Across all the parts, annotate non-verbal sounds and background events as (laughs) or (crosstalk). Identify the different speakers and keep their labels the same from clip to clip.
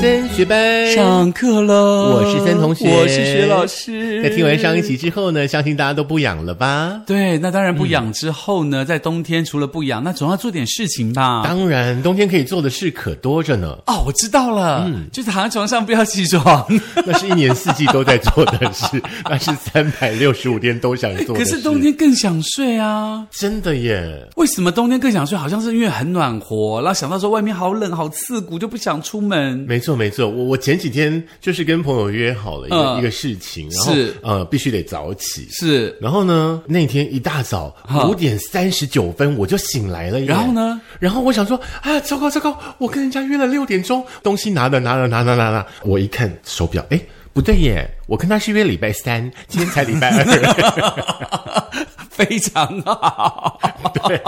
Speaker 1: 森学班
Speaker 2: 上课了，
Speaker 1: 我是森同学
Speaker 2: 我是薛老师。
Speaker 1: 在听完上一集之后呢，相信大家都不痒了吧？
Speaker 2: 对，那当然不痒之后呢，在冬天除了不痒，那总要做点事情吧。
Speaker 1: 当然，冬天可以做的事可多着呢， (laughs)
Speaker 2: 哦，我知道了，就躺在床上不要起床。
Speaker 1: 那是一年四季都在做的事， (laughs) 那是三百六十五天都想做的
Speaker 2: 可
Speaker 1: 事。
Speaker 2: 是冬天更想睡啊。
Speaker 1: 真的耶，
Speaker 2: 为什么冬天更想睡？好像是因为很暖和，然后想到说外面好冷、好刺骨，就不想出门。
Speaker 1: 没错没错，我我前几天就是跟朋友约好了一个、
Speaker 2: 嗯
Speaker 1: 一个事情，然后
Speaker 2: 是
Speaker 1: 呃必须得早起。
Speaker 2: 是， (laughs)
Speaker 1: 然后呢，那天一大早
Speaker 2: 哈
Speaker 1: 五点三十九分我就醒来了耶。
Speaker 2: 然后呢？
Speaker 1: 然后我想说，啊，糟糕糟糕，我跟人家约了六点钟，东西拿了拿了拿了拿了，我一看手表，哎，不对耶，我跟他是约礼拜三，今天才礼拜
Speaker 2: (laughs)
Speaker 1: 二。
Speaker 2: 非常好。
Speaker 1: 对，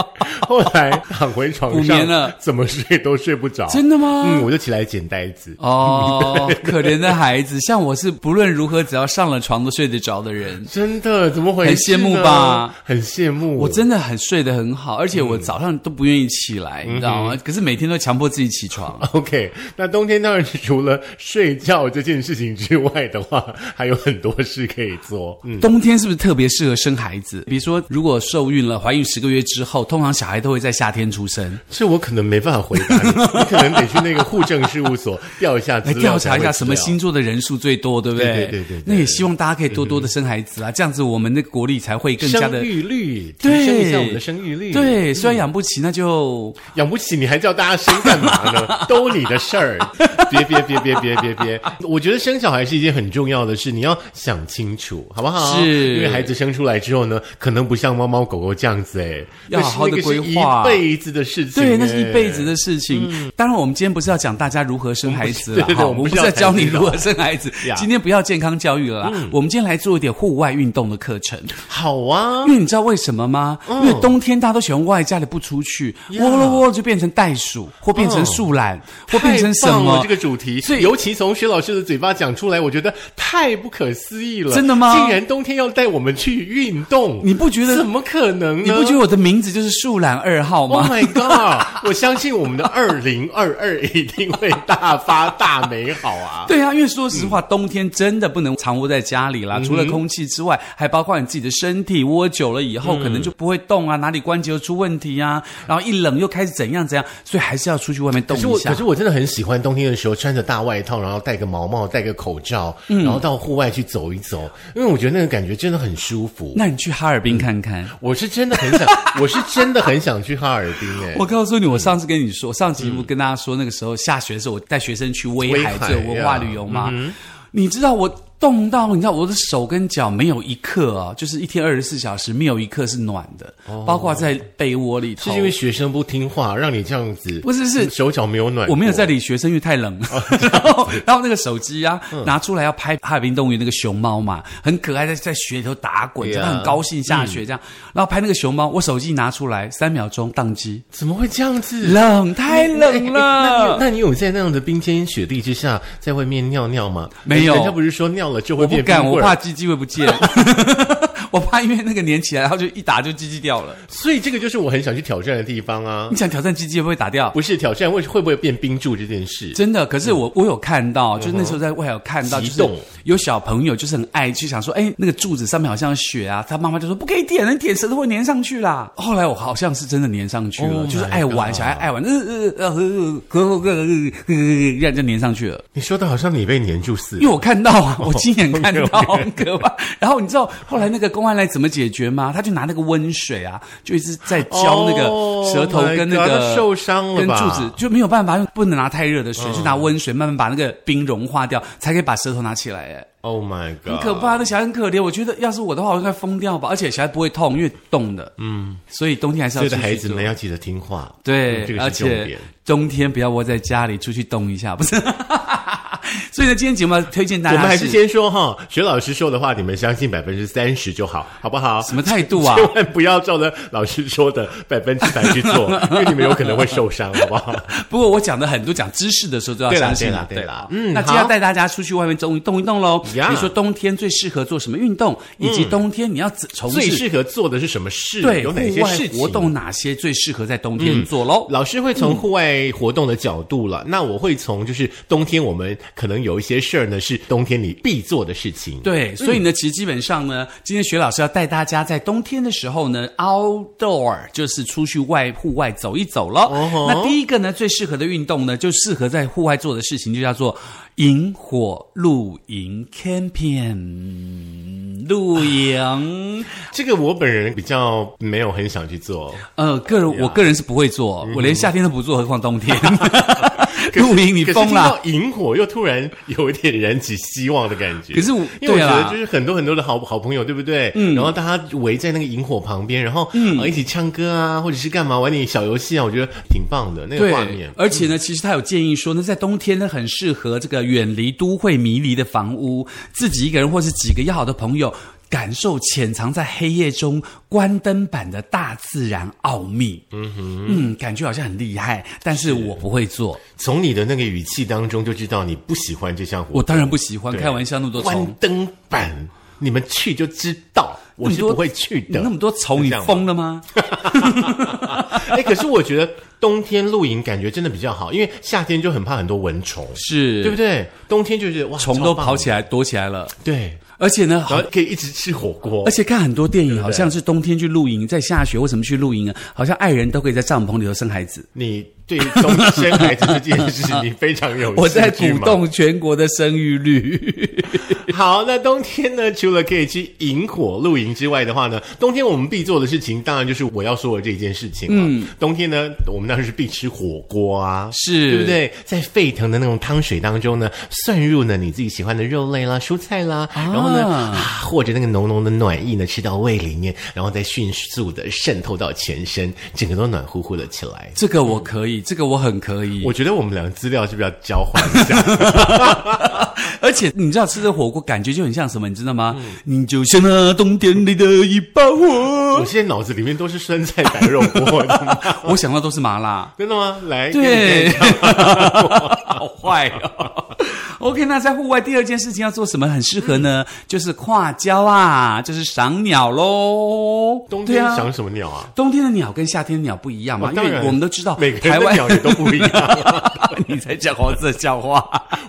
Speaker 1: 后来躺回床
Speaker 2: 补
Speaker 1: 上
Speaker 2: 眠了
Speaker 1: 怎么睡都睡不着。
Speaker 2: 真的吗
Speaker 1: 嗯，我就起来捡袋子。
Speaker 2: (laughs) 哦，可怜的孩子，像我是不论如何只要上了床都睡得着的人。
Speaker 1: 真的，怎么回事？
Speaker 2: 很羡慕吧？
Speaker 1: 很羡慕。
Speaker 2: 我真的很睡得很好，而且我
Speaker 1: 嗯
Speaker 2: 早上都不愿意起来，你知道吗？可是每天都强迫自己起床。
Speaker 1: (laughs) OK，那冬天当然是除了睡觉这件事情之外的话，还有很多事可以做。嗯，
Speaker 2: 冬天是不是特别适合生孩子？比如说，如果受孕了，怀孕十个月之后，通常小孩都会在夏天出生。
Speaker 1: 这我可能没办法回答你，你可能得去那个户政事务所调一下资
Speaker 2: 来
Speaker 1: 料，
Speaker 2: 调查一下什么。星座的人数最多，对不对？
Speaker 1: 对对对对对嗯
Speaker 2: 那也希望大家可以多多的生孩子啊，这样子我们那个国力才会更加的
Speaker 1: 生。育率提
Speaker 2: 对
Speaker 1: 升一下我们的生育率，，嗯
Speaker 2: 对，虽然养不起，那就
Speaker 1: 养不起你还叫大家生干嘛呢？都你的事儿， (laughs) 别别别别别别别！我觉得生小孩是一件很重要的事，你要想清楚，好不好？
Speaker 2: 是
Speaker 1: 因为孩子生出来之后呢，可能不像猫猫狗狗这样子，哎，
Speaker 2: 要好好地
Speaker 1: 那是那个是
Speaker 2: 规划
Speaker 1: 一辈子的事情，
Speaker 2: 对，
Speaker 1: 哎
Speaker 2: 那是一辈子的事情。当然，我们今天不是要讲大家如何生孩子了
Speaker 1: 嗯 (laughs) 我们不是对对对我们不
Speaker 2: 哈，不
Speaker 1: 是
Speaker 2: 是
Speaker 1: 要
Speaker 2: 要教你
Speaker 1: 谈这个嗯
Speaker 2: 如何生
Speaker 1: (laughs)
Speaker 2: 孩子
Speaker 1: 呀，
Speaker 2: 今天不要健康教育了啦。我们今天来做一点户外运动的课程，
Speaker 1: 好啊
Speaker 2: 因。为你知道为什么吗？
Speaker 1: 嗯
Speaker 2: 因为冬天大家都喜欢窝在家里不出去，窝了窝了就变成袋鼠，或变成树懒，或变成什
Speaker 1: 嗯太棒了
Speaker 2: 么
Speaker 1: 这个主题，
Speaker 2: 所以
Speaker 1: 尤其从薛老师的嘴巴讲出来，我觉得太不可思议了。
Speaker 2: 真的吗
Speaker 1: 竟然冬天要带我们去运动，
Speaker 2: 你不觉得
Speaker 1: 怎么可能呢？
Speaker 2: 你不觉得我的名字就是树懒二号
Speaker 1: Oh
Speaker 2: 吗？
Speaker 1: my (laughs) god！我相信我们的二零二二一定会大发大美好啊！
Speaker 2: 对啊，因为说实话，冬天真的不能常窝在家里
Speaker 1: 嗯
Speaker 2: 啦。除了空气之外，还包括你自己的身体，窝久了以
Speaker 1: 嗯
Speaker 2: 后可能就不会动啊，哪里关节又出问题啊，然后一冷又开始怎样怎样，所以还是要出去外面
Speaker 1: (laughs)
Speaker 2: 动
Speaker 1: 可是我
Speaker 2: 一下
Speaker 1: 可是。我真的很喜欢冬天的时候穿着大外套，然后戴个毛帽，戴个口罩，然后到户外去走一走，因为我觉得那个感觉真的很舒服。
Speaker 2: 那你去哈尔滨看看。
Speaker 1: 我是真的很 (laughs) 想，我是真的很想去哈尔滨哎、
Speaker 2: 我告诉你，我上次跟你说，上期我跟大家说，那个时候下雪的时候，我带学生去威海
Speaker 1: 威海嗯
Speaker 2: 做文化旅游嘛。你知道我冻到，你知道我的手跟脚没有一刻啊，就是一天二十四小时没有一刻是暖的，
Speaker 1: 哦
Speaker 2: 包括在被窝里头。啊
Speaker 1: 是因为学生不听话，让你这样子，
Speaker 2: 不是是
Speaker 1: 手脚没有暖，
Speaker 2: (laughs) 我没有在。理学生，因为太冷了。
Speaker 1: 哦
Speaker 2: (laughs) 然后，然后那个手机啊，
Speaker 1: 嗯
Speaker 2: 拿出来要拍哈尔滨动物园那个熊猫嘛，很可爱，在在雪里头打滚，
Speaker 1: 对啊嗯
Speaker 2: 真的很高兴下雪这样。然后拍那个熊猫，我手机拿出来三秒钟宕机，
Speaker 1: 怎么会这样子？
Speaker 2: 冷太冷
Speaker 1: 哎那你 (laughs)
Speaker 2: 了。
Speaker 1: 那你有在那样的冰天雪地之下在外面尿尿吗？
Speaker 2: 没有
Speaker 1: 人家不是说尿了就会
Speaker 2: 我不
Speaker 1: 变
Speaker 2: 敢，
Speaker 1: 冰
Speaker 2: 我
Speaker 1: 棍儿
Speaker 2: 怕鸡鸡会
Speaker 1: (laughs)
Speaker 2: 不见， (laughs) 我怕因为那个粘起来，然后就一打就鸡鸡掉了。
Speaker 1: 所以这个就是我很想去挑战的地方 (laughs) 啊
Speaker 2: 你！想挑战鸡鸡会不会打掉？
Speaker 1: 不是挑战会会不会变冰柱这件事，
Speaker 2: 真的，可是我、我有看到，就是那时候在外有看到，
Speaker 1: 激
Speaker 2: 就是
Speaker 1: 动
Speaker 2: 有小朋友就是很爱去想说，哎，那个柱子上面好像有血啊，他妈妈就说不可以点，你点舌头会粘上去啦。后来我好像是真的粘上去了
Speaker 1: Oh my
Speaker 2: 就是爱玩，
Speaker 1: God
Speaker 2: 小孩爱玩，呃呃呃呃呃呃呃呃，这样就粘上去了。
Speaker 1: 你说的好像你被黏住似
Speaker 2: 因
Speaker 1: 的。
Speaker 2: 为我看到啊，我亲眼看到，
Speaker 1: OK，OK
Speaker 2: 很可怕。然后你知道后来那个公安来怎么解决吗？他就拿那个温水啊，就一直在浇那个
Speaker 1: 哦
Speaker 2: 舌头
Speaker 1: my
Speaker 2: 跟那
Speaker 1: God，
Speaker 2: 个
Speaker 1: 他受伤了
Speaker 2: 跟
Speaker 1: 吧嗯
Speaker 2: 柱子就没有办法，因为不能拿太热的水，就拿温水慢慢把那个冰融化掉，才可以把舌头拿起来。哎，
Speaker 1: Oh my god！
Speaker 2: 很可怕，那小孩很可怜。我觉得要是我的话，我应该疯掉吧。而且小孩不会痛，因为冻的。嗯，所以冬天还是要
Speaker 1: 所以
Speaker 2: 出
Speaker 1: 的
Speaker 2: 去
Speaker 1: 孩子
Speaker 2: 做
Speaker 1: 们要记得听话。
Speaker 2: 对，
Speaker 1: 嗯这个
Speaker 2: 而
Speaker 1: 是重
Speaker 2: 且
Speaker 1: 点。
Speaker 2: 冬天不要窝在家里，出去动一下，不是？ (laughs) 所以呢，今天节目要推荐大
Speaker 1: 我
Speaker 2: 家
Speaker 1: 们还是先说哈，徐老师说的话，你们相信百分之三十就好，好不好？
Speaker 2: 什么态度啊？
Speaker 1: 千万不要照着老师说的百分之百去
Speaker 2: (laughs)
Speaker 1: 做，因为你们有可能会受伤，好不好？
Speaker 2: 不过我讲的很多讲知识的时候都要
Speaker 1: 对啦
Speaker 2: 相信
Speaker 1: 对啦
Speaker 2: 啦，
Speaker 1: 对啦
Speaker 2: 啦。
Speaker 1: 嗯
Speaker 2: 那今天要带大家出去外面走动一动喽。比
Speaker 1: 呀嗯
Speaker 2: 如说冬天最适合做什么运动，以及冬天你要怎从
Speaker 1: 最
Speaker 2: 事
Speaker 1: 适合做的是什么事？
Speaker 2: 对
Speaker 1: 有哪
Speaker 2: 户
Speaker 1: 些
Speaker 2: 外
Speaker 1: 事情？
Speaker 2: 活动哪些最适合在冬天做喽。
Speaker 1: 老师会从户外活动的角度了，那我会从就是冬天我们可能有一些事儿呢是冬天你必做的事情。
Speaker 2: 对，所以呢，其实基本上呢，今天雪老师要带大家在冬天的时候呢，outdoor 就是出去外户外走一走喽。
Speaker 1: 哦吼
Speaker 2: 那第一个呢，最适合的运动呢，就适合在户外做的事情，就叫做萤火露营 camping 露营。
Speaker 1: 这个我本人比较没有很想去做，
Speaker 2: 呃，个人我个人是不会做，我连夏天都不做，何况冬天
Speaker 1: 嗯 (laughs)
Speaker 2: (laughs)
Speaker 1: 可是
Speaker 2: 露营？你
Speaker 1: 可是
Speaker 2: 疯
Speaker 1: 听
Speaker 2: 了？
Speaker 1: 到萤火又突然有一点燃起希望的感觉。
Speaker 2: 可是我
Speaker 1: 因为我
Speaker 2: 对
Speaker 1: 觉
Speaker 2: 啦
Speaker 1: 得就是很多很多的好好朋友，对不对？嗯，然后大家围在那个萤火旁边，然后嗯、呃一起唱歌啊，或者是干嘛玩点小游戏啊，我觉得挺棒的那个画面。嗯
Speaker 2: 而且呢，其实他有建议说呢，在冬天呢，很适合这个远离都会迷离的房屋，自己一个人或是几个要好的朋友。感受潜藏在黑夜中关灯版的大自然奥秘，嗯哼，嗯，感觉好像很厉害，但是我不会做，
Speaker 1: 从你的那个语气当中就知道你不喜欢这项活
Speaker 2: 我
Speaker 1: 动。
Speaker 2: 当然不喜欢，
Speaker 1: 对
Speaker 2: 开玩笑那么多虫
Speaker 1: 关，灯版，你们去就知道，我是
Speaker 2: 那么多
Speaker 1: 不会去的。
Speaker 2: 那么多虫，
Speaker 1: 是
Speaker 2: 你
Speaker 1: 这样吗
Speaker 2: 疯了吗？
Speaker 1: (laughs) 哎、可是我觉得冬天露营感觉真的比较好，因为夏天就很怕很多蚊虫，
Speaker 2: 是，
Speaker 1: 对不？对？冬天就是哇，
Speaker 2: 虫都
Speaker 1: 超棒
Speaker 2: 跑起来躲起来了，
Speaker 1: 对，
Speaker 2: 而且呢，好
Speaker 1: 然后可以一直吃火锅
Speaker 2: 而。且看很多电影，好像是冬天去露营，在下雪为什么去露营啊？好像爱人都可以在帐篷里头生孩子。
Speaker 1: 你对中生孩子这件事，你非常有
Speaker 2: (laughs) 我在
Speaker 1: 兴趣
Speaker 2: 鼓
Speaker 1: 吗。
Speaker 2: 动全国的生育率。
Speaker 1: 好，那冬天呢，除了可以去萤火露营之外的话呢，冬天我们必做的事情，当然就是我要说的这一件事情了。
Speaker 2: 嗯
Speaker 1: 冬天呢，我们当然是必吃火锅啊，
Speaker 2: 是
Speaker 1: 对不对？在沸腾的那种汤水当中呢，涮入呢你自己喜欢的肉类啦、蔬菜啦，然后呢，啊，或者那个浓浓的暖意呢，吃到胃里面，然后再迅速的渗透到全身，整个都暖乎乎的起来。
Speaker 2: (laughs) 这个我可以，这个我很可以。
Speaker 1: 我觉得我们两个资料是不是要交换
Speaker 2: (laughs)
Speaker 1: 一下？
Speaker 2: 而且你知道吃这火锅感觉就很像什么，你知道吗？你就像那冬天里的一把火 (laughs)
Speaker 1: 我。现在脑子里面都是酸菜白肉锅， (laughs) 你知道吗
Speaker 2: 我想到都是麻辣。
Speaker 1: 真的吗？来，
Speaker 2: 对， (laughs) 好坏哦。OK，那在户外第二件事情要做什么很适合呢？就是跨礁啊，就是赏鸟喽。
Speaker 1: 冬
Speaker 2: 对
Speaker 1: 天
Speaker 2: 啊
Speaker 1: 想什么鸟啊？
Speaker 2: 冬天的鸟跟夏天的鸟不一样嘛，啊因
Speaker 1: 哦当
Speaker 2: 为
Speaker 1: 然
Speaker 2: 我们都知道
Speaker 1: 每个
Speaker 2: 台
Speaker 1: 人的
Speaker 2: 湾
Speaker 1: 鸟也都不一样，
Speaker 2: (laughs) 你才讲黄色
Speaker 1: (laughs)
Speaker 2: 笑话。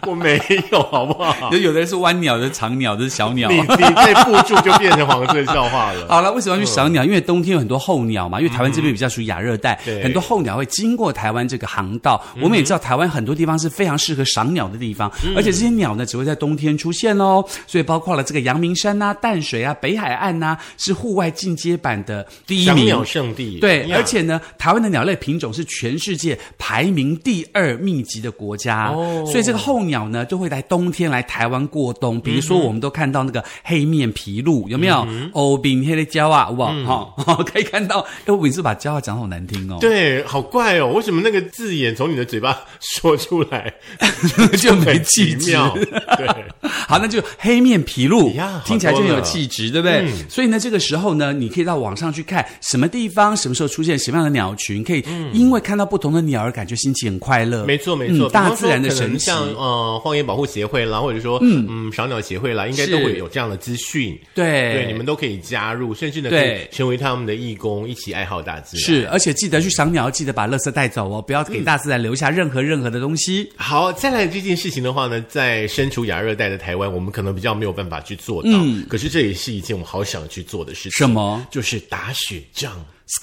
Speaker 1: 我没有，好不
Speaker 2: (laughs)
Speaker 1: 好？
Speaker 2: 有有的人是弯鸟，有的是长鸟，有的是小鸟
Speaker 1: 你。你这附注就变成黄色笑话了。
Speaker 2: 好了，为什么要去赏鸟？因为冬天有很多候鸟嘛，因为台湾这边比较属于亚热带，
Speaker 1: 嗯对嗯
Speaker 2: 很多候鸟会经过台湾这个航道。我们也知道台湾很多地方是非常适合赏鸟的地方，而且这些鸟呢只会在冬天出现哦。所以包括了这个阳明山呐、淡水啊、北海岸呐、是户外进阶版的 (laughs) 第一
Speaker 1: 赏
Speaker 2: 名
Speaker 1: 鸟。圣地，
Speaker 2: 对，
Speaker 1: 呀
Speaker 2: 而且呢，台湾的鸟类品种是全世界排名第二密集的国家，
Speaker 1: 哦
Speaker 2: 所以这个候鸟呢，就会来冬天来台湾过冬。比如说，我们都看到那个黑面琵鹭，有没有？
Speaker 1: 嗯
Speaker 2: 欧饼黑的焦啊，哇，哈、 (laughs) 可以看到。哎，我每次把焦啊讲好难听哦，
Speaker 1: 对，好怪哦，为什么那个字眼从你的嘴巴说出来
Speaker 2: (laughs) 就没
Speaker 1: 很
Speaker 2: 气
Speaker 1: 奇
Speaker 2: 质。
Speaker 1: 妙？对，
Speaker 2: (laughs) 好，那就黑面琵鹭
Speaker 1: 哎呀，
Speaker 2: 听起来就很
Speaker 1: 好多嗯
Speaker 2: 有
Speaker 1: 了
Speaker 2: 气质，对不对？所以呢，这个时候呢，你可以到网上去看什么地方、什么时候出现什么样的鸟群，可以因为看到不同的鸟而感觉心情很快乐。
Speaker 1: 嗯没错没错，
Speaker 2: 嗯大自然的
Speaker 1: 比方说可
Speaker 2: 神
Speaker 1: 能
Speaker 2: 奇。
Speaker 1: 像呃荒野保护协会啦，或者说嗯赏鸟协会啦，应该都
Speaker 2: 是
Speaker 1: 会有这样的资讯。
Speaker 2: 对
Speaker 1: 对，你们都可以加入，甚至呢，可
Speaker 2: 对
Speaker 1: 以成为他们的义工，一起爱好大自然。
Speaker 2: 是，而且记得去赏鸟，记得把垃圾带走哦，不要给大自然留下任何任何的东西。
Speaker 1: 好，再来这件事情的话呢，在身处亚热带的台湾，我们可能比较没有办法去做到。可是这也是一件我好想去做的事情。
Speaker 2: 嗯什么？
Speaker 1: 就是打雪仗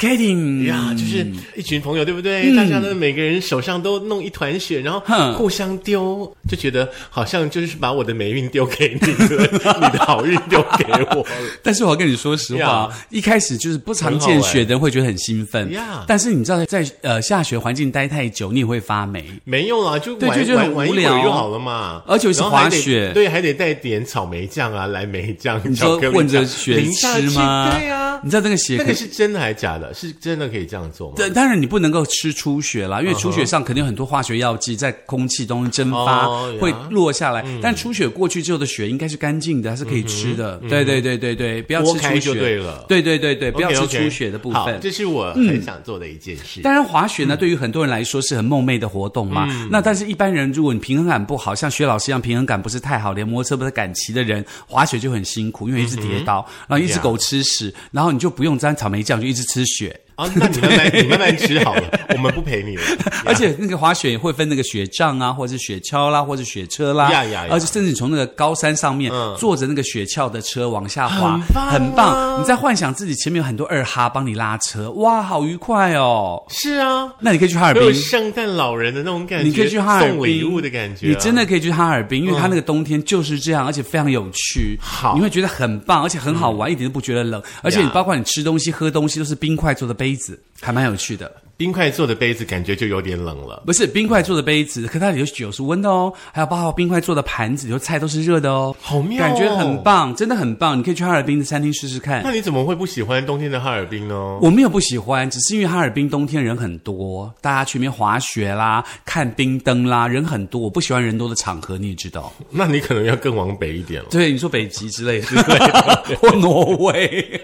Speaker 2: Skating
Speaker 1: 呀，就是一群朋友，对不对？大家呢，每个人手上都弄一团雪，然后
Speaker 2: 嗯哼
Speaker 1: 互相丢，就觉得好像就是把我的霉运丢给你
Speaker 2: (laughs)
Speaker 1: 了，你的好运丢给我了。
Speaker 2: 但是我要跟你说实话一开始就是不常见雪的人会觉得很兴奋
Speaker 1: Yeah
Speaker 2: 但是你知道在呃下雪环境待太久，你也会发霉。
Speaker 1: 没用啦，就
Speaker 2: 对
Speaker 1: 玩
Speaker 2: 就觉得很
Speaker 1: 玩玩一
Speaker 2: 无
Speaker 1: 会
Speaker 2: 聊
Speaker 1: 儿就好了嘛。
Speaker 2: 而且尤其
Speaker 1: 然后还得
Speaker 2: 滑雪
Speaker 1: 对，还得带点草莓酱啊、蓝莓酱、
Speaker 2: 你
Speaker 1: 巧
Speaker 2: 说
Speaker 1: 克力
Speaker 2: 混着
Speaker 1: 酱
Speaker 2: 雪
Speaker 1: 淋下
Speaker 2: 吃
Speaker 1: 去
Speaker 2: 吗？
Speaker 1: 对呀、啊
Speaker 2: 你知道那个雪
Speaker 1: 那
Speaker 2: 可
Speaker 1: 个
Speaker 2: 以
Speaker 1: 是真的还假假的？是真的可以这样做吗？
Speaker 2: 对，当然你不能够吃出血啦，因为
Speaker 1: 嗯
Speaker 2: 出血上肯定有很多化学药剂在空气中蒸发
Speaker 1: 哦呀
Speaker 2: 会落下来，但出血过去之后的血应该是干净的，它是可以吃的。
Speaker 1: 嗯
Speaker 2: 对对对对对，不要吃
Speaker 1: 拨开就
Speaker 2: 出血，
Speaker 1: 对了
Speaker 2: 对对对对，不要吃
Speaker 1: OK，OK
Speaker 2: 出血的部
Speaker 1: 好
Speaker 2: 分。嗯
Speaker 1: 这是我很想做的一件事。
Speaker 2: 当然，滑雪
Speaker 1: 嗯
Speaker 2: 呢，对于很多人来说是很梦寐的活动嘛。那但是，一般人如果你平衡感不好，像薛老师一样平衡感不是太好，连摩托车不太敢骑的人，滑雪就很辛苦，因为一直跌
Speaker 1: 嗯
Speaker 2: 倒，然后一直狗吃屎，然后你就不用沾草莓酱，就一直吃雪。
Speaker 1: 啊，那你慢慢你慢慢吃好
Speaker 2: (laughs)
Speaker 1: 了，我们不陪你了。
Speaker 2: 而且那个滑雪会分那个雪杖啊，或者是雪橇啦，或者是雪车啦，
Speaker 1: 呀呀呀
Speaker 2: 而且甚至你从那个高山上面坐着那个雪橇的车往下滑，
Speaker 1: 嗯很棒啊
Speaker 2: 你在幻想自己前面有很多二哈帮你拉车，哇，好愉快哦！
Speaker 1: 是啊，
Speaker 2: 那你可以去哈尔
Speaker 1: 没
Speaker 2: 滨
Speaker 1: 有，圣诞老人的那种感觉，
Speaker 2: 你可以去哈尔滨
Speaker 1: 送礼物的感觉啊、嗯
Speaker 2: 你真的可以去哈尔滨，因为它那个冬天就是这样，而且非常有趣。
Speaker 1: 好嗯
Speaker 2: 你会觉得很棒，而且很好玩，一点都不觉得冷。而且你包括你吃东西、喝东西都是冰块做的杯子，还蛮有趣的。
Speaker 1: 冰块做的杯子，感觉就有点冷
Speaker 2: (laughs)
Speaker 1: 了。
Speaker 2: 不是冰块做的杯子，可它里头酒是温的哦，还有包括冰块做的盘子，里头菜都是热的哦，
Speaker 1: 好妙哦
Speaker 2: 感觉很棒，真的很棒。你可以去哈尔滨的餐厅试试看。
Speaker 1: 那你怎么会不喜欢冬天的哈尔滨呢？
Speaker 2: 我没有不喜欢，只是因为哈尔滨冬天人很多，大家去那边滑雪啦、看冰灯啦，人很多，我不喜欢人多的场合，你也知道。
Speaker 1: 那你可能要更往北一点了，
Speaker 2: (laughs) 对，你说北极之
Speaker 1: (laughs)
Speaker 2: 类的，或挪威、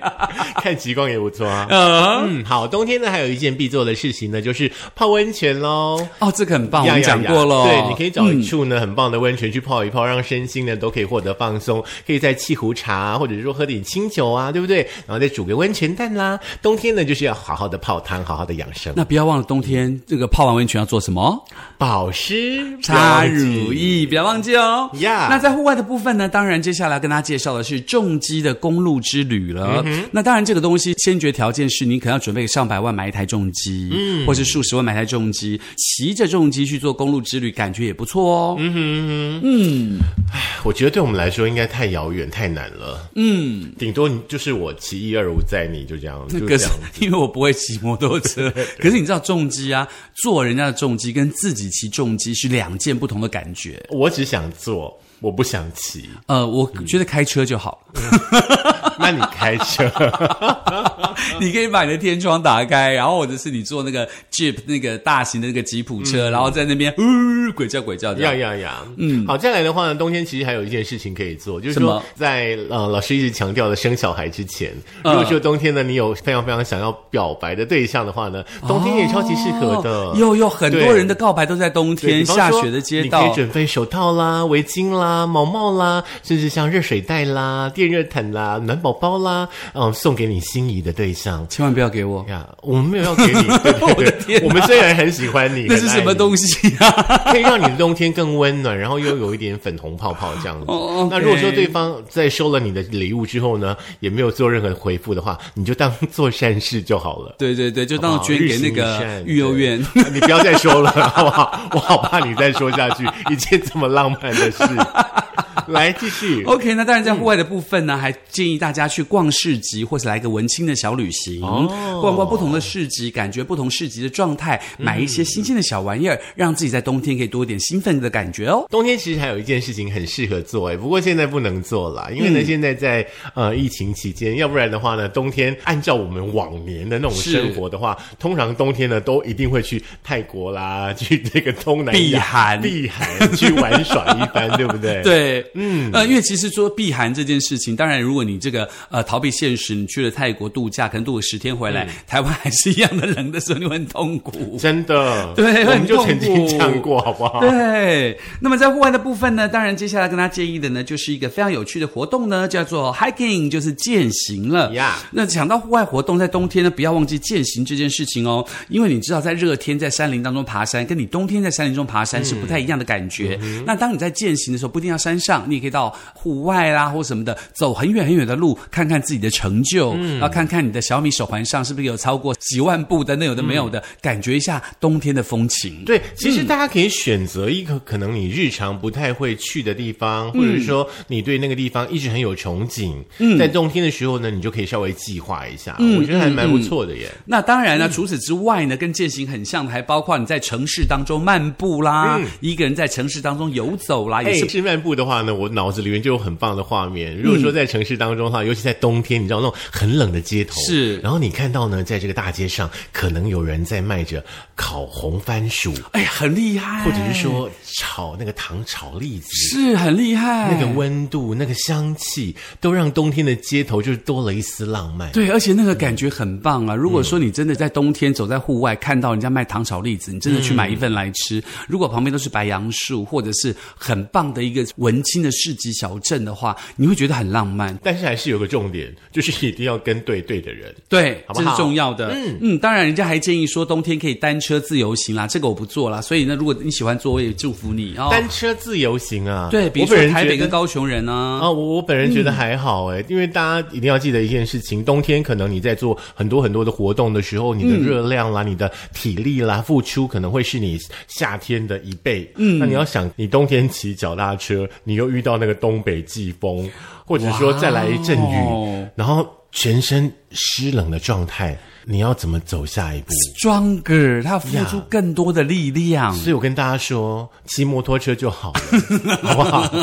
Speaker 1: 看极光也不错
Speaker 2: (laughs)
Speaker 1: 啊。
Speaker 2: 啊，
Speaker 1: 嗯，好，冬天呢还有一件必做的事情呢，就是泡温泉喽。
Speaker 2: 哦，这个很棒，我
Speaker 1: 呀
Speaker 2: 们
Speaker 1: 呀
Speaker 2: 讲
Speaker 1: 呀
Speaker 2: 过嗯了。
Speaker 1: 对，你可以找一处呢、很棒的温泉去泡一泡，让身心呢都可以获得放松。可以在沏壶茶，或者是说喝点清酒啊，对不对？然后再煮个温泉蛋啦。冬天呢就是要好好的泡汤，好好的养生。
Speaker 2: 那不要忘了冬天这个泡完温泉要做
Speaker 1: (laughs)
Speaker 2: 什么？
Speaker 1: 保湿
Speaker 2: 擦乳
Speaker 1: 乳液。
Speaker 2: 液，不要忘记哦。
Speaker 1: Yeah
Speaker 2: 那在户外的部分呢，当然接下来跟大家介绍的是重机的公路之旅
Speaker 1: 嗯
Speaker 2: 了。那当然这个东西先决条件是你可能要准备上百万买一台重机，嗯，或是数十万买一台重机，骑着重机去做公路之旅，感觉也不错哦。嗯，
Speaker 1: 我觉得对我们来说应该太遥远太难了。嗯，顶多你就是我其一二五在你就这样，就
Speaker 2: 可
Speaker 1: 这
Speaker 2: 是
Speaker 1: 样。
Speaker 2: 因为我不会骑摩托
Speaker 1: (laughs)
Speaker 2: 车，可是你知道重机啊，坐人家的重机跟自己骑重机是两件不同的感觉。
Speaker 1: 我只想做，我不想骑。
Speaker 2: 呃，我
Speaker 1: 嗯
Speaker 2: 觉得开车就好了。
Speaker 1: (laughs) 那你开车
Speaker 2: 你可以把你的天窗打开，然后或者是你坐那个 Jeep 那个大型的那个吉普车，然后在那边呜鬼叫鬼叫这
Speaker 1: 嗯呀
Speaker 2: 样。
Speaker 1: 呀呀！嗯，好，再来的话呢，冬天其实还有一件事情可以做，就是
Speaker 2: 什么
Speaker 1: 说在呃老师一直强调的生小孩之前，如果说冬天呢你有非常非常想要表白的对象的话呢，冬天也超级适合的。
Speaker 2: 哦有有很多
Speaker 1: 对
Speaker 2: 人的告白都在冬
Speaker 1: 对
Speaker 2: 天
Speaker 1: 比方
Speaker 2: 下
Speaker 1: 说
Speaker 2: 雪的街
Speaker 1: 你可
Speaker 2: 道
Speaker 1: 以。准备手套啦、围巾啦、毛毛啦，甚至像热水袋啦、电热毯啦、暖宝宝啦，嗯，送给你心仪的对象。
Speaker 2: 千万不要给我，
Speaker 1: 呀，我们没有要
Speaker 2: (laughs)
Speaker 1: 给你，对对对
Speaker 2: 我的天哪
Speaker 1: 我们虽然很喜欢你，
Speaker 2: 那是
Speaker 1: 很爱
Speaker 2: 什么
Speaker 1: 你
Speaker 2: 东西啊？
Speaker 1: 可以让你 (laughs) 的冬天更温暖，然后又有一点粉红泡泡这样子。
Speaker 2: 哦，OK
Speaker 1: 那如果说对方在收了你的礼物之后呢，也没有做任何回复的话，你就当做善事就好了。
Speaker 2: 对对对，就当
Speaker 1: 好
Speaker 2: 捐
Speaker 1: 哦日
Speaker 2: 给那
Speaker 1: 行一
Speaker 2: 个
Speaker 1: 善
Speaker 2: 育幼院。
Speaker 1: (laughs) 你不要再说了，好不好？我好怕你再说下去 (laughs) 一件这么浪漫的事。 (laughs) 来，继续。
Speaker 2: OK，那当然在
Speaker 1: 嗯
Speaker 2: 户外的部分呢，还建议大家去逛市集，或是来个文青的小旅行，
Speaker 1: 哦
Speaker 2: 逛逛不同的市集，感觉不同市集的状态，买
Speaker 1: 嗯
Speaker 2: 一些新鲜的小玩意儿，让自己在冬天可以多一点兴奋的感觉哦。
Speaker 1: 冬天其实还有一件事情很适合做，哎，不过现在不能做啦，因为呢，现在在呃疫情期间，要不然的话呢，冬天按照我们往年的那种
Speaker 2: 是
Speaker 1: 生活的话，通常冬天呢都一定会去泰国啦， (laughs) 去这个东南亚
Speaker 2: 避寒
Speaker 1: 避寒去玩耍一
Speaker 2: (laughs)
Speaker 1: 番，对不对？。
Speaker 2: 对，嗯，呃，因为其实说避寒这件事情，当然，如果你这个呃逃避现实，你去了泰国度假，可能度个十天回来，
Speaker 1: 嗯
Speaker 2: 台湾还是一样的冷的时候，你会很痛苦。
Speaker 1: 真的，
Speaker 2: 对
Speaker 1: 我们就
Speaker 2: 很
Speaker 1: 曾
Speaker 2: 痛苦
Speaker 1: 经这样过，好不好？
Speaker 2: 对，那么在户外的部分呢，当然接下来跟大家建议的呢，就是一个非常有趣的活动呢，叫做 hiking，就是践行了。
Speaker 1: Yeah
Speaker 2: 那讲到户外活动，在冬天呢，不要忘记践行这件事情哦，因为你知道，在热天在山林当中爬山，跟你冬天在山林中爬
Speaker 1: 嗯
Speaker 2: 山是不太一样的感觉。那当你在践行的时候，不一定要山上，你也可以到户外啦，或什么的，走很远很远的路，看看自己的成就，
Speaker 1: 嗯
Speaker 2: 然后看看你的小米手环上是不是有超过几万步的，那有的没
Speaker 1: 嗯
Speaker 2: 有的，感觉一下冬天的风情。
Speaker 1: 对，其实大家可以选择一个可能你日常不太会去的地方，或者说你对那个地方一直很有憧憬。在冬天的时候呢，你就可以稍微计划一下，我觉得还蛮不错的耶。
Speaker 2: 那当然
Speaker 1: 嗯
Speaker 2: 了，除此之外呢，跟践行很像的，还包括你在城市当中漫步啦，一个人在城市当中游走啦，
Speaker 1: 嗯
Speaker 2: 也
Speaker 1: 哎，
Speaker 2: 是。
Speaker 1: 是漫步的话呢，我脑子里面就有很棒的画面。如果说在城市当中的话，尤其在冬天，你知道那种很冷的街头，
Speaker 2: 是
Speaker 1: 然后你看到呢，在这个大街上，可能有人在卖着烤红番薯，
Speaker 2: 哎，很厉害，
Speaker 1: 或者是说炒那个糖炒栗子，
Speaker 2: 是很厉害，
Speaker 1: 那个温度、那个香气，都让冬天的街头就是多了一丝浪漫。
Speaker 2: 对，而且那个感觉很棒啊！如果
Speaker 1: 嗯
Speaker 2: 说你真的在冬天走在户外，看到人家卖糖炒栗子，你真的去买一份来
Speaker 1: 嗯
Speaker 2: 吃。如果旁边都是白杨树，或者是很棒的一个文青的市集小镇的话，你会觉得很浪漫。
Speaker 1: 但是还是有个重点，就是一定要跟对对的人。
Speaker 2: 对，
Speaker 1: 好不
Speaker 2: 这
Speaker 1: 好
Speaker 2: 是重要的。嗯嗯，当然，人家还建议说冬天可以单车自由行啦，这个我不做啦。所以呢，如果你喜欢做，我也祝福你哦。
Speaker 1: 单车自由行啊，
Speaker 2: 对，比如
Speaker 1: 我
Speaker 2: 说
Speaker 1: 本人
Speaker 2: 台
Speaker 1: 觉
Speaker 2: 北
Speaker 1: 得
Speaker 2: 跟高雄人呢、
Speaker 1: 啊，我我本人觉得还好哎、因为大家一定要记得一件事情：冬天可能你在做很多很多的活动的时候，你的热量啦、你的体力啦付出，可能会是你夏天的一倍。嗯，那你要想，你冬天骑脚踏车，你又遇到那个东北季风，或者说再来一阵雨，
Speaker 2: 哇哦
Speaker 1: 然后全身湿冷的状态，你要怎么走下一步？
Speaker 2: stronger，他付出更多的力量。
Speaker 1: 所以我跟大家说，骑摩托车就好
Speaker 2: (laughs)
Speaker 1: 了，好不好？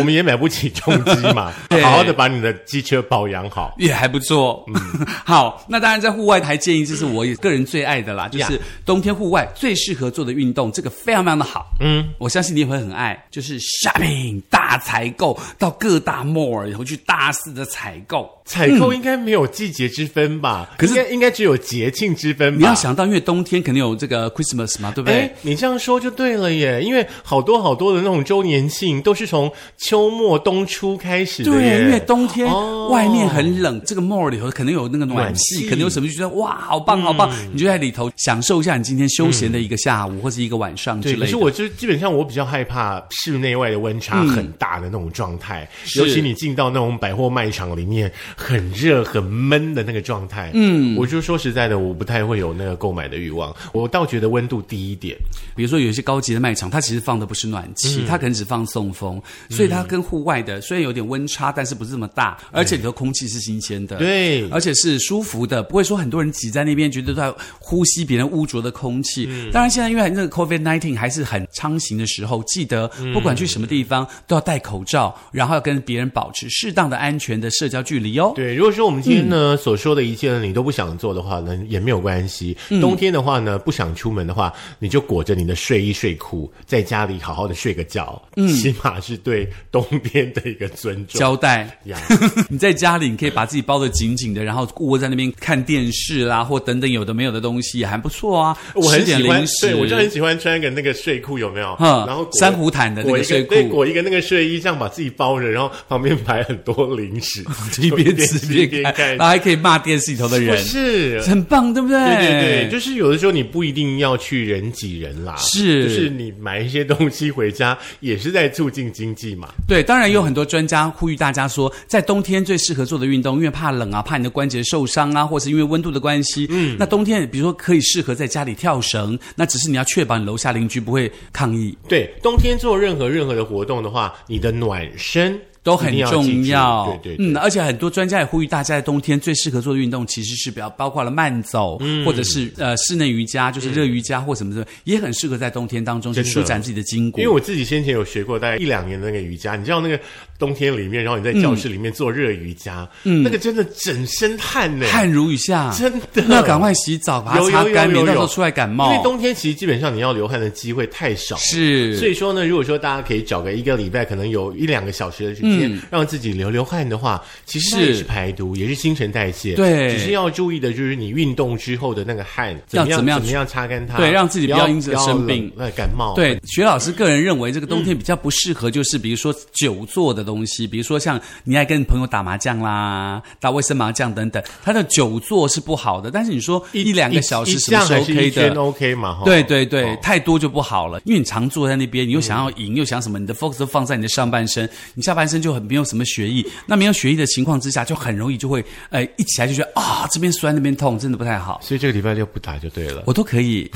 Speaker 1: 我们也买不起重机嘛，
Speaker 2: 对
Speaker 1: 好好的把你的机车保养好。
Speaker 2: 也还不错。 (laughs) 好，那当然在户外还建议，这是我也个人最爱的啦，就
Speaker 1: Yeah
Speaker 2: 是冬天户外最适合做的运动，这个非常非常的好。嗯，我相信你也会很爱，就是 shopping 大采购，到各大 mall 然后去大肆的采购。
Speaker 1: 采购应该没有季节之分吧？
Speaker 2: 嗯可是
Speaker 1: 应该应该只有节庆之分吧？
Speaker 2: 你要想到，因为冬天肯定有这个 Christmas 嘛，对不对
Speaker 1: 哎？，你这样说就对了耶，因为好多好多的那种周年庆都是从秋末冬初开始的耶
Speaker 2: 对，因为冬天
Speaker 1: 哦
Speaker 2: 外面很冷，这个 mall 里头可能有那个暖气，嗯
Speaker 1: 暖气
Speaker 2: 可能有什么就觉得哇，好棒好棒，你就在里头享受一下你今天休闲的一个下午或是一个晚上之
Speaker 1: 对，
Speaker 2: 类的。
Speaker 1: 可是我就基本上我比较害怕室内外的温差
Speaker 2: 嗯
Speaker 1: 很大的那种状态，尤其你进到那种百货卖场里面很热很闷的那个状态，嗯，我就说实在的，我不太会有那个购买的欲望，我倒觉得温度低一点，
Speaker 2: 比如说有一些高级的卖场，它其实放的不是暖气，它可能只放送风，所以它跟户外的虽然有点温差，但是不是这么大，而且里头空气是新鲜的，
Speaker 1: 对
Speaker 2: 而且是舒服的，不会说很多人挤在那边，觉得在呼吸别人污浊的空气。
Speaker 1: 嗯
Speaker 2: 当然，现在因为那个 COVID nineteen 还是很昌行的时候，记得
Speaker 1: 嗯
Speaker 2: 不管去什么地方都要戴口罩，然后要跟别人保持适当的安全的社交距离哦。
Speaker 1: 对，如果说我们今天呢、
Speaker 2: 嗯
Speaker 1: 所说的一切呢，你都不想做的话呢，也没有关系。
Speaker 2: 嗯
Speaker 1: 冬天的话呢，不想出门的话，你就裹着你的睡衣睡裤，在家里好好的睡个觉，
Speaker 2: 嗯
Speaker 1: 起码是对冬天的一个尊重。
Speaker 2: 交代
Speaker 1: 呀
Speaker 2: (laughs) 你在家里，你可以把自己包得紧紧的，然后窝在那边看电视啦，或等等有的没有的东西，也还不错啊。
Speaker 1: 我很喜
Speaker 2: 吃点
Speaker 1: 欢
Speaker 2: 零，食，
Speaker 1: 对我就很喜欢穿个那个睡裤，有没有？
Speaker 2: 嗯
Speaker 1: 然后裹
Speaker 2: 珊瑚毯的那
Speaker 1: 裹
Speaker 2: 个
Speaker 1: 一
Speaker 2: 睡裤
Speaker 1: 对，裹一个那个睡衣，这样把自己包着，然后旁边摆很多零食，
Speaker 2: (laughs) 一边吃一边看，哎
Speaker 1: 看
Speaker 2: 然后，还可以骂电视里头的
Speaker 1: 不
Speaker 2: 人，
Speaker 1: 是
Speaker 2: 很棒，对不对？
Speaker 1: 对对对，就是有的时候你不一定要去人挤人啦，
Speaker 2: 是
Speaker 1: 就是你买一些东西回家也是在促进经济嘛。
Speaker 2: 对，当然有很多专家呼吁大家说，在冬天最适合做的运动，因为怕冷啊，怕你的关节受伤啊，或是因为温度的关系。嗯，那冬天比如说可以适合在家里跳绳，那只是你要确保你楼下邻居不会抗议。
Speaker 1: 对，冬天做任何任何的活动的话，你的暖身
Speaker 2: 都很
Speaker 1: 一
Speaker 2: 重
Speaker 1: 定要
Speaker 2: 要，
Speaker 1: 记住对对对。
Speaker 2: 嗯，而且很多专家也呼吁大家在冬天最适合做的运动其实是比较包括了慢走，
Speaker 1: 嗯
Speaker 2: 或者是呃室内瑜伽，就是热瑜伽或什么什么，也很适合在冬天当中去
Speaker 1: 真的
Speaker 2: 舒展自己的筋骨
Speaker 1: 因为。我自己先前有学过大概一两年的那个瑜伽，你知道那个冬天里面，然后你在教室里面做热瑜伽，那个真的整身汗呢，
Speaker 2: 嗯汗如雨下，
Speaker 1: 真的
Speaker 2: 那赶快洗澡把它
Speaker 1: 有
Speaker 2: 擦
Speaker 1: 有有
Speaker 2: 干，别
Speaker 1: 有
Speaker 2: 到时候
Speaker 1: 有
Speaker 2: 出来感
Speaker 1: 因为
Speaker 2: 冒。嗯
Speaker 1: 冬天其实基本上你要流汗的机会太少了，
Speaker 2: 是，
Speaker 1: 所以说呢，如果说大家可以找个一个礼拜，可能有一两个小时的时间，让自己流流汗的话，其实它
Speaker 2: 嗯是
Speaker 1: 也是排毒，也是新陈代谢。
Speaker 2: 对
Speaker 1: 只是要注意的就是你运动之后的那个汗，
Speaker 2: 要
Speaker 1: 怎么
Speaker 2: 怎
Speaker 1: 样
Speaker 2: 么样
Speaker 1: 怎么样擦干它，
Speaker 2: 对让自己不要因此生病
Speaker 1: 那感冒。
Speaker 2: 对，徐老师个人认为，这个冬
Speaker 1: 嗯
Speaker 2: 天比较不适合，就是比如说久坐的东西，比如说像你爱跟朋友打麻将啦、打卫生麻将等等，它的久坐是不好的。但是你说一两个小时
Speaker 1: 一
Speaker 2: 什么时候
Speaker 1: 一这样还是
Speaker 2: OK
Speaker 1: 一圈
Speaker 2: 的？
Speaker 1: OK 嘛？哈
Speaker 2: 对对对，
Speaker 1: 哦嗯
Speaker 2: 太多就不好了，因为你常坐在那边，你又想要赢，又想什么，你的 focus 都放在你的上半身，你下半身就很没有什么学艺。那没有学艺的情况之下，就很容易就会，呃，一起来就觉得啊、这边酸那边痛，真的不太好。
Speaker 1: 所以这个礼拜六不打就对了。
Speaker 2: 我都可以，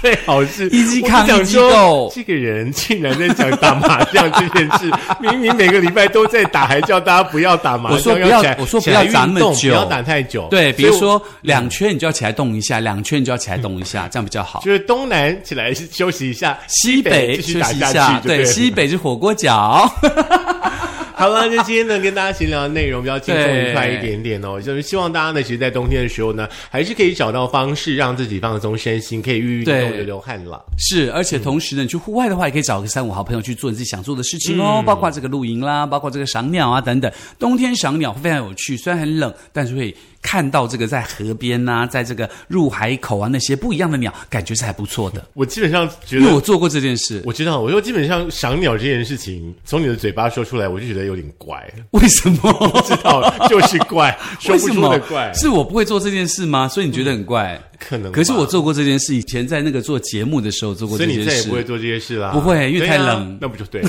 Speaker 1: 最好是
Speaker 2: (laughs) 一击
Speaker 1: 我就
Speaker 2: 抗
Speaker 1: 想
Speaker 2: 一击
Speaker 1: 说
Speaker 2: 斗
Speaker 1: 这个人竟然在讲打麻将这件
Speaker 2: (laughs)
Speaker 1: 事，明明每个礼拜都在打，还叫大家不要打麻将，
Speaker 2: 我说不要
Speaker 1: 起来
Speaker 2: 我说不
Speaker 1: 起来
Speaker 2: 要打那么
Speaker 1: 运动
Speaker 2: 久
Speaker 1: 不要打太久。
Speaker 2: 对，比
Speaker 1: 所以
Speaker 2: 如
Speaker 1: 我嗯
Speaker 2: 说两圈你就要起来动一下，两圈你就要起来动一下，这样比较好。
Speaker 1: 就是东南起来休息一下， (laughs)
Speaker 2: 西北
Speaker 1: 继
Speaker 2: 休
Speaker 1: 续打
Speaker 2: 息一
Speaker 1: 下
Speaker 2: 下，
Speaker 1: 去，对了
Speaker 2: 对，西。北是火锅饺。
Speaker 1: 好了，那今天呢，跟大家闲聊的内容比较轻松
Speaker 2: 对
Speaker 1: 愉快一点点哦，就是希望大家呢，其实，在冬天的时候呢，还是可以找到方式让自己放松身心，可以运运动、
Speaker 2: 对
Speaker 1: 流流汗了。
Speaker 2: 是，而且
Speaker 1: 嗯
Speaker 2: 同时呢，你去户外的话，也可以找个三五好朋友去做你自己想做的事情
Speaker 1: 嗯
Speaker 2: 哦，包括这个露营啦，包括这个赏鸟啊等等。冬天赏鸟会非常有趣，虽然很冷，但是会看到这个在河边呐、在这个入海口啊那些不一样的鸟，感觉是还不错的。
Speaker 1: 我基本上觉
Speaker 2: 因为
Speaker 1: 得
Speaker 2: 我做过这件事，
Speaker 1: 我知道，我说基本上赏鸟这件事情，从你的嘴巴说出来，我就觉得有点怪， (laughs)
Speaker 2: 为什么？
Speaker 1: 知道就是怪，说
Speaker 2: (laughs) 为
Speaker 1: 不
Speaker 2: 什
Speaker 1: 出
Speaker 2: 么
Speaker 1: 的怪，嗯
Speaker 2: 是我不会做这件事吗？所以你觉得很怪？
Speaker 1: 可能吧。
Speaker 2: 可是我做过这件事，以前在那个做节目的时候做过
Speaker 1: 所
Speaker 2: 这
Speaker 1: 以
Speaker 2: 件
Speaker 1: 你再也
Speaker 2: 事
Speaker 1: 不。会做这些事啦，
Speaker 2: 不会因为
Speaker 1: 对
Speaker 2: 太
Speaker 1: 啊
Speaker 2: 冷嗯
Speaker 1: 那不就对？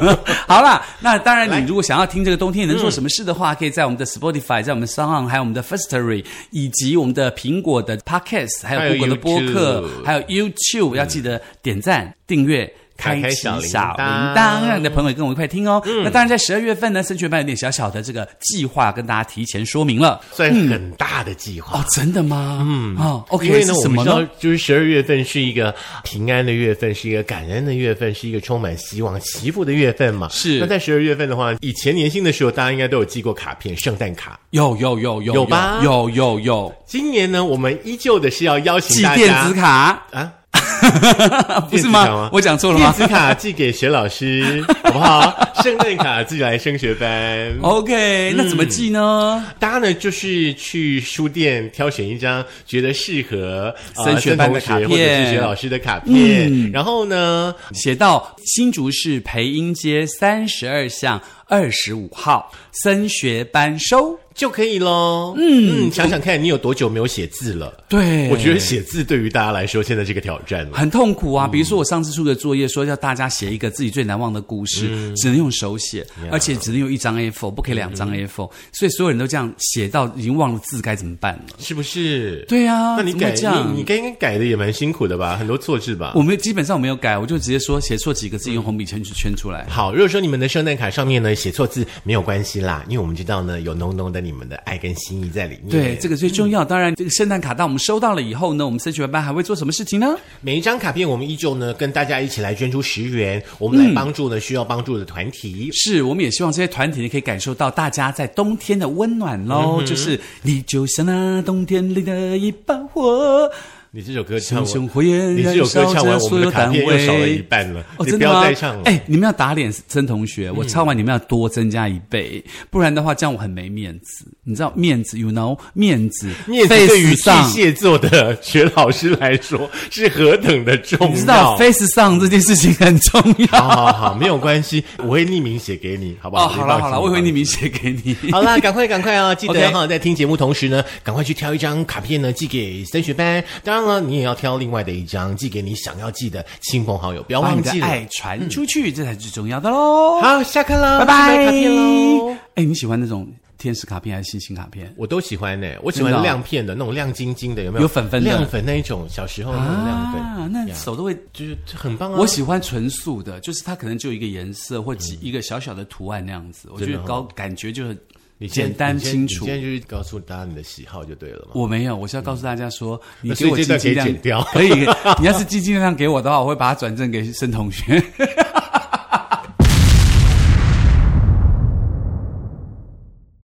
Speaker 2: (laughs) 好啦，那当然，
Speaker 1: 来嗯
Speaker 2: 你如果想要听这个冬天你能做什么事的话，可以在我们的 Spotify、在我们 s o n 还有我们的 Firstory，以及我们的苹果的 Podcast，还
Speaker 1: 还
Speaker 2: 有
Speaker 1: 有
Speaker 2: Google 的播客
Speaker 1: YouTube，
Speaker 2: 还有 YouTube，要记得点赞、订阅。
Speaker 1: 打开
Speaker 2: 开启
Speaker 1: 小铃
Speaker 2: 小铃
Speaker 1: 铛嗯
Speaker 2: 铛，让你的朋友也跟我一块听哦。那当然，在十二月份呢，升学班有点小小的这个计划，跟大家提前说明了。
Speaker 1: 算很大的计划。
Speaker 2: 哦，真的吗？嗯，哦
Speaker 1: 因
Speaker 2: ，OK，
Speaker 1: 为
Speaker 2: 是
Speaker 1: 呢，我
Speaker 2: 什
Speaker 1: 们
Speaker 2: 么
Speaker 1: 知道
Speaker 2: 呢？，
Speaker 1: 就是十二月份是一个平安的月份，是一个感恩的月份，是一个充满希望、祈福的月份嘛。
Speaker 2: 是
Speaker 1: 那在十二月份的话，以前年薪的时候，大家应该都有寄过卡片，圣诞卡。
Speaker 2: 有有有有
Speaker 1: 有吧
Speaker 2: 有有有，
Speaker 1: 今年呢，我们依旧的是要邀请
Speaker 2: 寄
Speaker 1: 大家
Speaker 2: 电子卡。 (laughs)
Speaker 1: 啊，电子卡
Speaker 2: 不是
Speaker 1: 吗
Speaker 2: 吗？我讲错了
Speaker 1: 电
Speaker 2: 吗
Speaker 1: 子卡寄给雪老师， (laughs) 好不好？圣诞卡寄来升学班。
Speaker 2: 哦？OK，那怎么记呢？
Speaker 1: 大家呢，就是去书店挑选一张觉得适合呃
Speaker 2: 升学班的
Speaker 1: 郑同学
Speaker 2: 卡片嗯
Speaker 1: 或者是学老师的卡片，然后呢，
Speaker 2: 写到新竹市培英街三十二巷二十五号升学班收。
Speaker 1: 就可以喽。嗯想想看你有多久没有写字了？
Speaker 2: 对
Speaker 1: 我觉得写字对于大家来说现在是个挑战了。
Speaker 2: 很痛苦啊！比如说我上次出的作业说要大家写一个自己最难忘的故事，只能用手写，而且只能用一张 A4，不可以两张 A4，、所以所有人都这样写到已经忘了字该怎么办了。
Speaker 1: 是不是？
Speaker 2: 对啊
Speaker 1: 那你
Speaker 2: 怎么
Speaker 1: 改
Speaker 2: 会这样
Speaker 1: 你你该应该改的也蛮辛苦的吧？很多错字吧？
Speaker 2: 我们基本上没有改，我就直接说写错几个字用红笔圈去圈出来。
Speaker 1: 好，如果说你们的圣诞卡上面呢写错字没有关系啦，因为我们知道呢有浓浓的你们的爱跟心意在里面。
Speaker 2: 对，这个最重要。当然，这个圣诞卡当我们收到了以后呢，我们升学班哎还会做什么事情呢？
Speaker 1: 每一张卡片我们依旧呢跟大家一起来捐出十元，我
Speaker 2: 嗯
Speaker 1: 们来帮助呢、需要帮助的团体。
Speaker 2: 是，我们也希望这些团体呢可以感受到大家在冬天的温暖喽。就是你就像那冬天里的一把火，
Speaker 1: 你这首歌唱
Speaker 2: 熊
Speaker 1: 完，
Speaker 2: 熊火焰
Speaker 1: 你这
Speaker 2: 燃
Speaker 1: 首歌
Speaker 2: 烧
Speaker 1: 唱完，
Speaker 2: 着
Speaker 1: 我
Speaker 2: 所
Speaker 1: 们
Speaker 2: 有
Speaker 1: 的卡
Speaker 2: 单
Speaker 1: 片又少了一
Speaker 2: 位。
Speaker 1: 半了，
Speaker 2: 哦，
Speaker 1: 你
Speaker 2: 真
Speaker 1: 不
Speaker 2: 的
Speaker 1: 要
Speaker 2: 吗
Speaker 1: 再唱了？。嗯
Speaker 2: 哎，你们要打脸曾同学，我唱完你们要多增加一倍，不然的话，这样我很没面子。你知道面子，you know，面子，
Speaker 1: 面子
Speaker 2: face
Speaker 1: 对于巨
Speaker 2: 上
Speaker 1: 蟹座的学老师来说是何等的重
Speaker 2: 你知道
Speaker 1: 要。
Speaker 2: face 上这件事情很重要。
Speaker 1: 好好好，没有关系，我会匿名写给你，好不好？
Speaker 2: 哦，好了好了，我会
Speaker 1: 会
Speaker 2: 匿。名写给
Speaker 1: (laughs)
Speaker 2: 你。
Speaker 1: 好啦，赶快赶快啊！记得
Speaker 2: OK
Speaker 1: 哈在听节目同时呢，赶快去挑一张卡片呢，寄给升学班。当然了，你也要挑另外的一张，寄给你想要寄的亲朋好友，不要
Speaker 2: 把你
Speaker 1: 忘
Speaker 2: 的
Speaker 1: 记了。嗯
Speaker 2: 爱传出去，这才是最重要的喽。
Speaker 1: 好，下课啦，
Speaker 2: 哎拜
Speaker 1: 去
Speaker 2: 拜，
Speaker 1: 买卡片喽。。
Speaker 2: 哎，你喜欢那种天使卡片还是星星卡片？
Speaker 1: 我都喜欢呢、我喜
Speaker 2: 真的
Speaker 1: 欢
Speaker 2: 哦
Speaker 1: 亮片的那种亮晶晶的，有没有？
Speaker 2: 有粉粉的
Speaker 1: 亮粉那一种，小时候那种亮粉，
Speaker 2: 啊，那手都会。
Speaker 1: 就是很棒啊！
Speaker 2: 我喜欢纯素的，就是它可能就一个颜色或几一个小小的图案那样子，我觉
Speaker 1: 真
Speaker 2: 得
Speaker 1: 的哦
Speaker 2: 高感觉就是
Speaker 1: 你先
Speaker 2: 简单
Speaker 1: 你先
Speaker 2: 清楚
Speaker 1: 你。现在就是告诉大家你的喜好就对了嘛。
Speaker 2: 我没有，我是要告诉大家说，你
Speaker 1: 那
Speaker 2: 给我
Speaker 1: 所以这
Speaker 2: 进
Speaker 1: 段可以
Speaker 2: 尽量
Speaker 1: 剪掉
Speaker 2: 可以。你要是进尽量给我的话，我会把它转正给申同学。